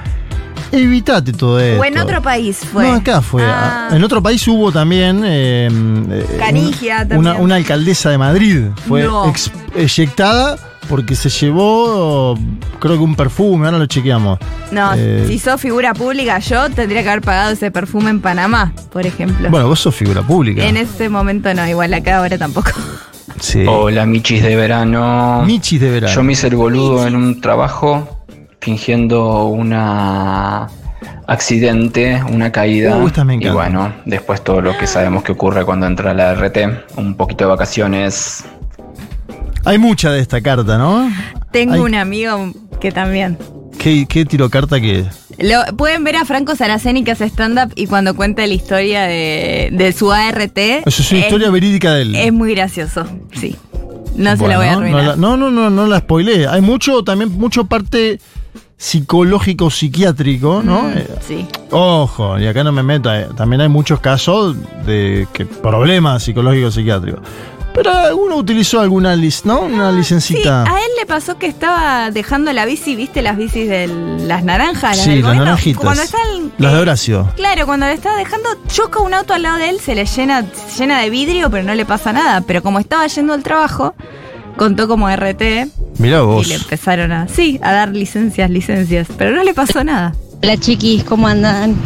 evitate todo esto.
O en otro país fue.
No, acá fue.
Ah.
En otro país hubo también. eh, eh,
Canigia
un-
también.
Una, una alcaldesa de Madrid fue
No.
ex- eyectada porque se llevó, creo que un perfume, ahora lo chequeamos.
No,
Eh,
si sos figura pública, yo tendría que haber pagado ese perfume en Panamá, por ejemplo.
Bueno, vos sos figura pública.
en ese momento no, igual acá ahora tampoco.
Hola, Michis de verano.
Michis de verano.
Yo me hice el boludo en un trabajo fingiendo una accidente, una caída.
Uh, esta me
y
encanta.
bueno, después todo lo que sabemos que ocurre cuando entra la RT, un poquito de vacaciones.
Hay mucha de esta carta, ¿no?
Tengo
Ay.
un amigo que también.
¿Qué, qué tiro carta que
Lo, pueden ver a Franco Saraceni que hace stand-up y cuando cuenta la historia de, de su ART.
Eso
Eh,
es una historia verídica de él.
Es muy gracioso, sí. eh, No se la
Bueno,
voy a arruinar.
No, la- no, no, no, no la spoileé. Hay mucho, también mucho parte psicológico, psiquiátrico, ¿no?
Mm,
Eh,
sí.
Ojo, y acá no me meto, eh, también hay muchos casos de que problemas psicológicos, psiquiátricos. Pero alguno utilizó alguna lis, ¿no? Una
Ah, Sí,
licencita.
a él le pasó que estaba dejando la bici, ¿viste las bicis de las naranjas?
Sí,
del
las
gobierno?
naranjitas.
Cuando están-
Las de Horacio.
Claro, cuando le estaba dejando, choca un auto al lado de él, se le llena, se llena de vidrio, pero no le pasa nada. Pero como estaba yendo al trabajo, contó como RT
Mirá
y
vos.
le empezaron a, sí, a dar licencias, licencias, pero no le pasó nada.
Hola chiquis, ¿cómo andan?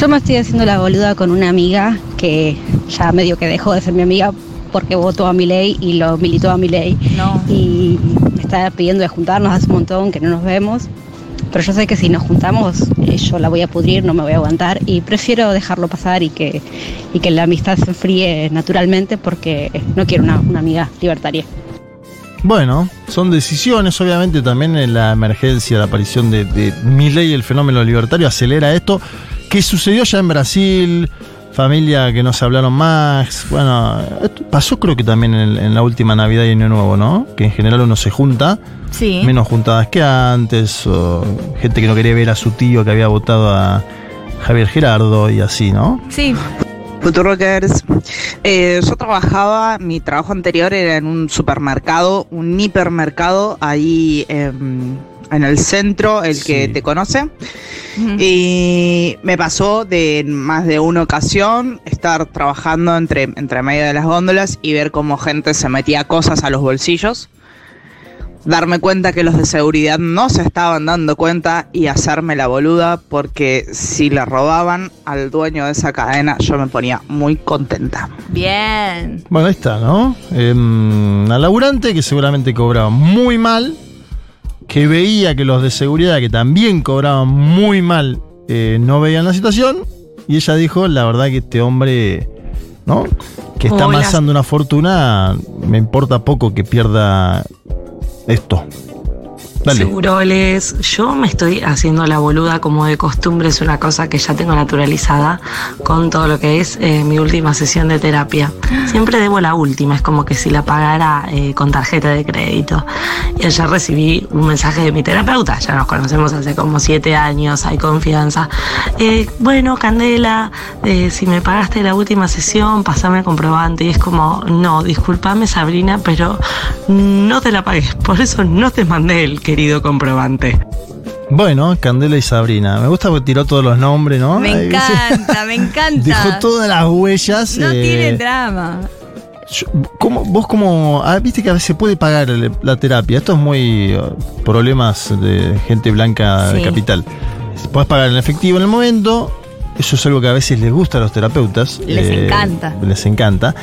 Yo me estoy haciendo la boluda con una amiga que ya medio que dejó de ser mi amiga porque votó a mi ley y lo militó a mi ley. Y me está pidiendo de juntarnos hace un montón que no nos vemos. Pero yo sé que si nos juntamos, eh, yo la voy a pudrir, no me voy a aguantar y prefiero dejarlo pasar y que, y que la amistad se enfríe naturalmente porque no quiero una, una amiga libertaria.
Bueno, son decisiones, obviamente también en la emergencia, la aparición de, de Milei, el fenómeno libertario, acelera esto, que sucedió ya en Brasil, familia que no se hablaron más, bueno, esto pasó creo que también en, en la última Navidad y Año Nuevo, ¿no? Que en general uno se junta,
Sí.
menos juntadas que antes, o gente que no quería ver a su tío que había votado a Javier Gerardo y así, ¿no?
Sí.
Futurockers. Eh, yo trabajaba, mi trabajo anterior era en un supermercado, un hipermercado, ahí em, en el centro, el que te conoce. Y me pasó de en más de una ocasión estar trabajando entre, entre medio de las góndolas y ver cómo gente se metía cosas a los bolsillos. Darme cuenta que los de seguridad no se estaban dando cuenta y hacerme la boluda porque si le robaban al dueño de esa cadena yo me ponía muy contenta.
Bien.
Bueno, ahí está, ¿no? Eh, una laburante que seguramente cobraba muy mal, que veía que los de seguridad, que también cobraban muy mal, eh, no veían la situación, y ella dijo, la verdad que este hombre, ¿no? Que está
Hola.
amasando una fortuna, me importa poco que pierda esto. Dale.
Seguroles, yo me estoy haciendo la boluda como de costumbre, es una cosa que ya tengo naturalizada con todo lo que es eh, mi última sesión de terapia. Siempre debo la última, es como que si la pagara eh, con tarjeta de crédito. Y ayer recibí un mensaje de mi terapeuta, ya nos conocemos hace como siete años, hay confianza. Eh, bueno, Candela, eh, si me pagaste la última sesión, pasame el comprobante. Y es como, no, discúlpame Sabrina, pero no te la pagué, por eso no te mandé el querido comprobante.
Bueno, Candela y Sabrina. Me gusta porque tiró todos los nombres, ¿no?
Me
Ahí, ¿viste?
encanta, me encanta.
Dejó todas las huellas.
No
eh,
tiene drama.
Yo- ¿Cómo, vos como... ah, Viste que a veces puede pagar el- la terapia. Esto es muy... eh, Problemas de gente blanca de
Sí.
capital. Podés pagar en efectivo en el momento. Eso es algo que a veces les gusta a los terapeutas. eh,
Les encanta.
Les encanta.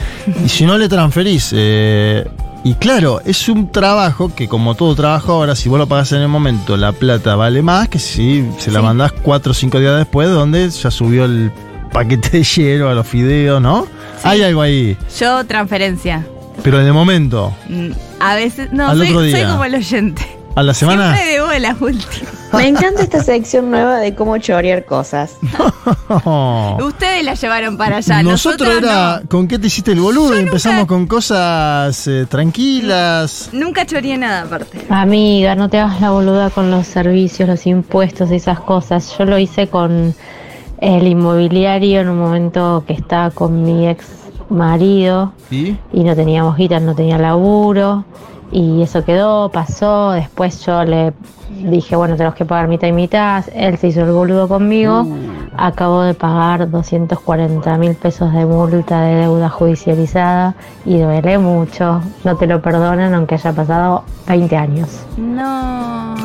Y si no le transferís... eh, y claro, es un trabajo que como todo trabajo ahora, si vos lo pagás en el momento, la plata vale más que si se la mandás cuatro o cinco días después, donde ya subió el paquete de hielo a los fideos, ¿no? Hay algo ahí.
Yo transferencia.
Pero en el momento,
Mm, A veces, no,
Al
soy,
otro día. Ah.
soy como el oyente.
a la semana.
Siempre debo las últimas.
Me encanta esta sección nueva de cómo chorear cosas.
Ustedes la llevaron para allá.
Oh. Nosotros
Nosotros,
era con qué te hiciste el boludo y empezamos con cosas eh, tranquilas.
no. nunca choreé nada aparte.
Amiga, no te hagas la boluda con los servicios, los impuestos y esas cosas. Yo lo hice con el inmobiliario en un momento que estaba con mi ex marido
¿Y?
y no teníamos guita, no tenía laburo. Y eso quedó, pasó, después yo le dije, bueno, tenemos que pagar mitad y mitad, él se hizo el boludo conmigo, acabo de pagar 240 mil pesos de multa de deuda judicializada y duele mucho, no te lo perdonan aunque haya pasado 20 años.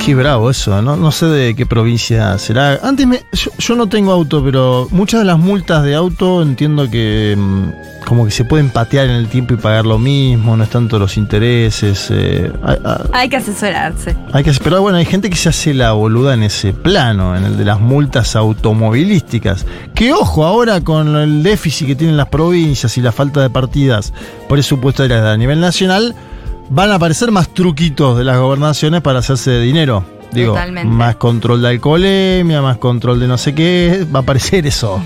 Qué bravo eso, ¿no? No sé de qué provincia será. Antes me- yo, yo no tengo auto, pero muchas de las multas de auto entiendo que mm, como que se pueden patear en el tiempo y pagar lo mismo, no es tanto los intereses. eh, hay, hay-
Hay que asesorarse.
hay que esperar, bueno, hay gente que se hace la boluda en ese plano, en el de las multas automovilísticas. Que ojo, ahora con el déficit que tienen las provincias y la falta de partidas presupuestarias a nivel nacional, van a aparecer más truquitos de las gobernaciones para hacerse de dinero. Digo,
Totalmente.
más control de alcoholemia, más control de no sé qué, va a aparecer eso.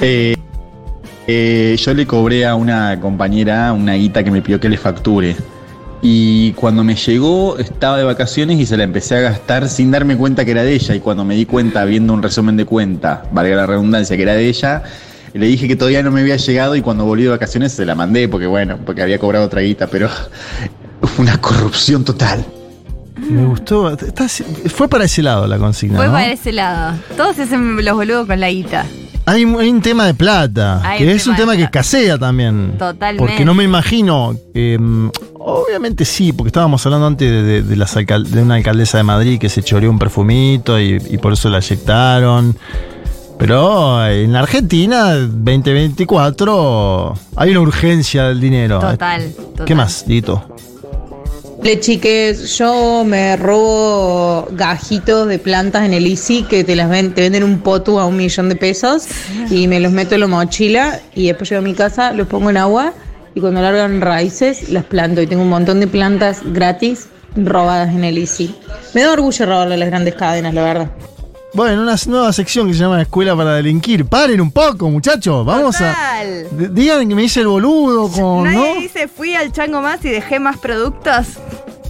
Eh, eh, yo le cobré a una compañera una guita que me pidió que le facture. Y cuando me llegó estaba de vacaciones y se la empecé a gastar sin darme cuenta que era de ella. Y cuando me di cuenta, viendo un resumen de cuenta, valga la redundancia, que era de ella, le dije que todavía no me había llegado y cuando volví de vacaciones se la mandé porque bueno, porque había cobrado otra guita, pero fue una corrupción total.
Me gustó, está- fue para ese lado la consigna.
Fue
¿no?
para ese lado. Todos se hacen los boludos con la guita.
Hay un, hay un tema de plata,
Hay
que
un
es un tema que escasea también.
Totalmente.
Porque no me imagino, eh, obviamente sí, porque estábamos hablando antes de, de- de las alcal- de una alcaldesa de Madrid que se choreó un perfumito y, y por eso la eyectaron. Pero en la Argentina, 2024, hay una urgencia del dinero. ¿eh?
Total, total.
¿Qué más, Dito?
Le chiques, yo me robo gajitos de plantas en el ICI que te las ven, te venden un potu a un millón de pesos y me los meto en la mochila y después llego a mi casa, los pongo en agua y cuando largan raíces las planto y tengo un montón de plantas gratis robadas en el ICI. Me da orgullo robarle a las grandes cadenas, la verdad.
Bueno, una nueva sección que se llama Escuela para Delinquir. Paren un poco, muchachos. Vamos
Total.
a. D- Digan que me hice el boludo con. ¿no?
Nadie dice fui al chango más y dejé más productos.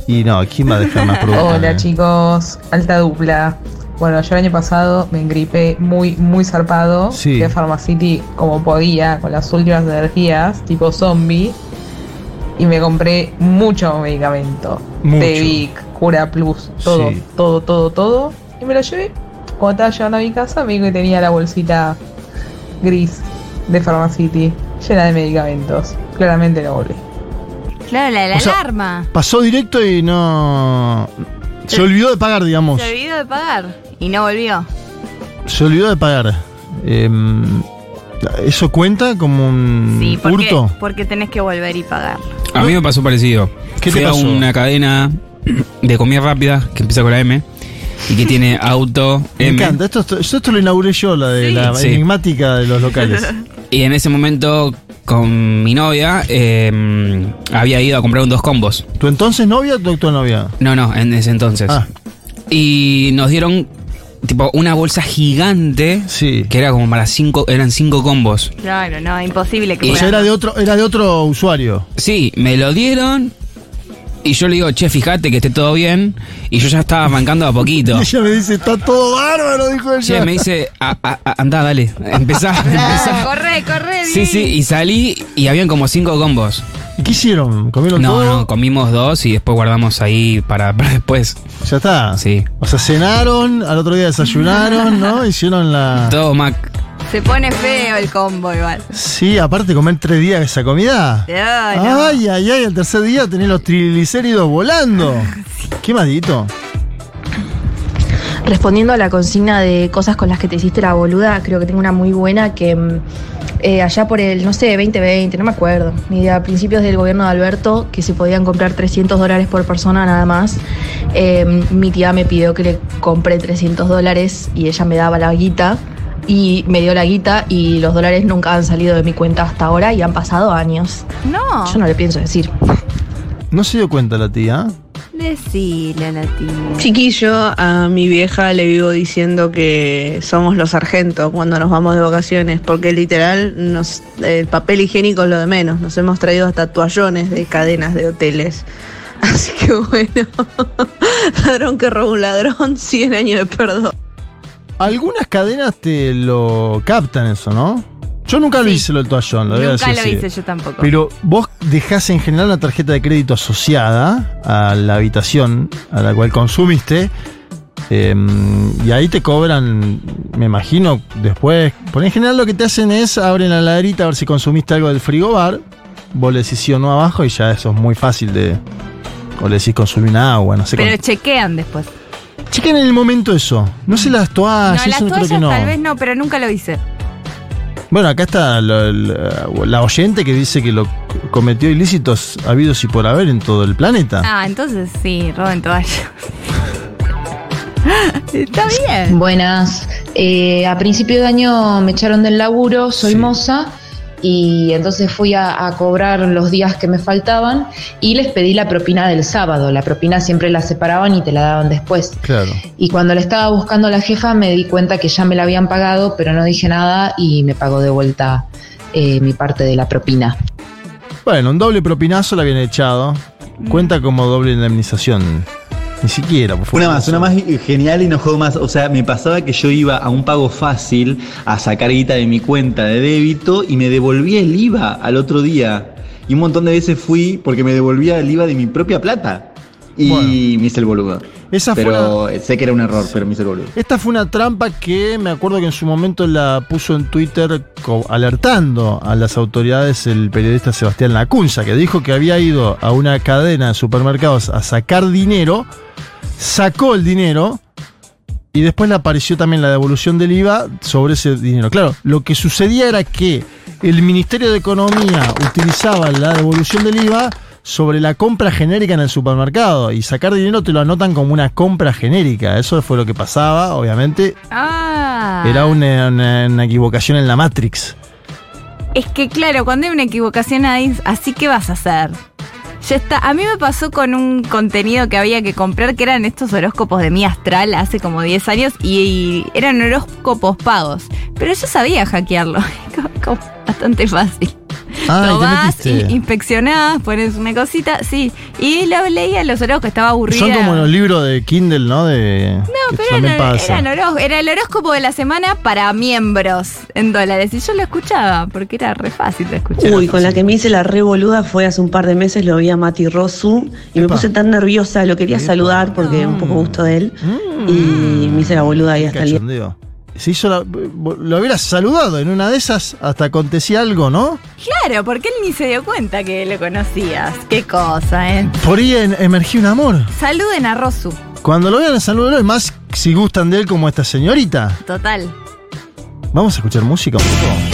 Y no, ¿quién va a dejar más eh. preguntas?
Hola chicos, alta dupla. Bueno, yo el año pasado me engripé muy, muy zarpado.
Sí.
Fui a Pharmacity como podía, con las últimas energías, tipo zombie. Y me compré mucho medicamento.
Mucho.
Tevic, Cura Plus, todo,
Sí.
todo, todo, todo. Y me lo llevé. Cuando estaba llegando a mi casa me dijo que tenía la bolsita gris de Pharmacity, llena de medicamentos. Claramente no volví.
Claro, la de la
O sea,
alarma.
Pasó directo y no. Se olvidó de pagar, digamos.
Se olvidó de pagar. Y no volvió.
Se olvidó de pagar. Em, ¿Eso cuenta como un
Sí, ¿por qué?
hurto?
Porque tenés que volver y pagar.
A mí me pasó parecido.
¿Qué te
Fui
pasó?
a una cadena de comida rápida que empieza con la M y que tiene auto
Me
M.
encanta. Esto, esto, esto lo inauguré yo, la de la
Em, Sí.
enigmática de los locales.
Y en ese momento con mi novia eh, había ido a comprar un dos combos.
¿Tu entonces novia o tu actual novia? Ah.
No, no, en ese entonces. Y nos dieron tipo una bolsa gigante que era como para cinco, eran cinco combos.
Claro, no, imposible que
O sea,
puedan.
era de otro, era de otro usuario.
Sí, me lo dieron y yo le digo, che, fíjate que esté todo bien. Y yo ya estaba bancando a poquito.
Ella me dice, está todo ¡Oh, bárbaro, dijo ella.
Che, me dice, "A- a- a- andá, dale, empezá.
Ah, corre, corre,
Sí,
bien.
sí, y salí y habían como cinco combos.
¿Y qué hicieron? ¿Comieron
no,
todo?
No, comimos dos y después guardamos ahí para, para después.
Ya está.
Sí.
O sea, cenaron, al otro día desayunaron, ¿no? Hicieron la.
Todo Mac.
Se pone feo el combo igual.
Sí, aparte comer tres días esa comida.
Ay, no.
Ay, ay, ay, el tercer día tenés los triglicéridos volando. Qué maldito.
Respondiendo a la consigna de cosas con las que te hiciste la boluda, creo que tengo una muy buena que mm, eh, allá por el, no sé, 2020, no me acuerdo, ni idea, a principios del gobierno de Alberto, que se podían comprar 300 dólares por persona nada más, eh, mi tía me pidió que le compre 300 dólares y ella me daba la guita y me dio la guita y los dólares nunca han salido de mi cuenta hasta ahora y han pasado años.
No.
Yo no le pienso decir.
No se dio cuenta la tía.
Decile a la tía.
Chiquillo, a mi vieja le vivo diciendo que somos los sargentos cuando nos vamos de vacaciones, porque literal nos, el papel higiénico es lo de menos. Nos hemos traído hasta toallones de cadenas de hoteles. Así que bueno, ladrón que roba un ladrón, 100 años de perdón.
Algunas cadenas te lo captan eso, ¿no? Yo nunca lo hice lo del toallón, lo voy a
Nunca
decir
lo
así.
hice yo tampoco.
Pero vos dejás en general una tarjeta de crédito asociada a la habitación a la cual consumiste. eh, y ahí te cobran, me imagino, después. Por en general lo que te hacen es abren la ladrita a ver si consumiste algo del frigobar. Vos le decís sí o no abajo y ya eso es muy fácil de. O le decís consumí una agua, no sé
Pero
con-
chequean después.
Chequen en el momento eso. No sé las toallas,
no, las
eso creo
toallas
Ah, que no.
tal vez no, pero nunca lo hice.
Bueno, acá está la, la- la oyente que dice que lo cometió ilícitos habidos y por haber en todo el planeta.
Ah, entonces sí, roben toallas. Está bien.
Buenas. Eh, a principio de año me echaron del laburo, soy moza, y entonces fui a, a cobrar los días que me faltaban y les pedí la propina del sábado. La propina siempre la separaban y te la daban después.
Claro.
Y cuando la estaba buscando a la jefa me di cuenta que ya me la habían pagado, pero no dije nada y me pagó de vuelta eh, mi parte de la propina.
Bueno, un doble propinazo la habían echado. Cuenta como doble indemnización. Ni siquiera, por favor.
Una más, una más y- genial y no juego más. O sea, me pasaba que yo iba a un pago fácil a sacar guita de mi cuenta de débito y me devolvía el IVA al otro día. Y un montón de veces fui porque me devolvía el IVA de mi propia plata. Y me hice el boludo.
Esa fue
pero sé que era un error, pero me hice el boludo.
Esta fue una trampa que me acuerdo que en su momento la puso en Twitter co- alertando a las autoridades el periodista Sebastián Lacunza, que dijo que había ido a una cadena de supermercados a sacar dinero, sacó el dinero y después le apareció también la devolución del IVA sobre ese dinero. Claro, lo que sucedía era que el Ministerio de Economía utilizaba la devolución del IVA sobre la compra genérica en el supermercado y sacar dinero te lo anotan como una compra genérica. Eso fue lo que pasaba, obviamente.
Ah.
Era una, una- una equivocación en la Matrix.
Es que claro, cuando hay una equivocación ahí, así que vas a hacer. Ya está. A mí me pasó con un contenido que había que comprar, que eran estos horóscopos de mi astral hace como 10 años, y, y eran horóscopos pagos. Pero yo sabía hackearlo. Como- como Bastante fácil.
Ah, y te
Tomás,
metiste.
inspeccionás, pones una cosita, sí. Y lo leía los horóscopos, estaba aburrida.
Son como los libros de Kindle, ¿no? De,
No,
que
pero
también
era,
pasa.
eran horó- era el horóscopo de la semana para miembros en dólares. Y yo lo escuchaba porque era re fácil de escuchar.
Uy, con la que me hice la revoluda fue hace un par de meses, lo vi a Mati Rosu y me
Epa.
puse tan nerviosa, lo quería saludar
Mm.
porque un poco gusto de él y me hice la boluda y hasta el día.
Cachondeo. Se hizo la- lo hubieras saludado en una de esas, hasta acontecía algo, ¿no?
Claro, porque él ni se dio cuenta que lo conocías. Qué cosa, ¿eh?
Por ahí en- emergió un amor.
Saluden a Rosu.
Cuando lo vean, saludos Es más, si gustan de él como esta señorita.
Total.
Vamos a escuchar música un poco.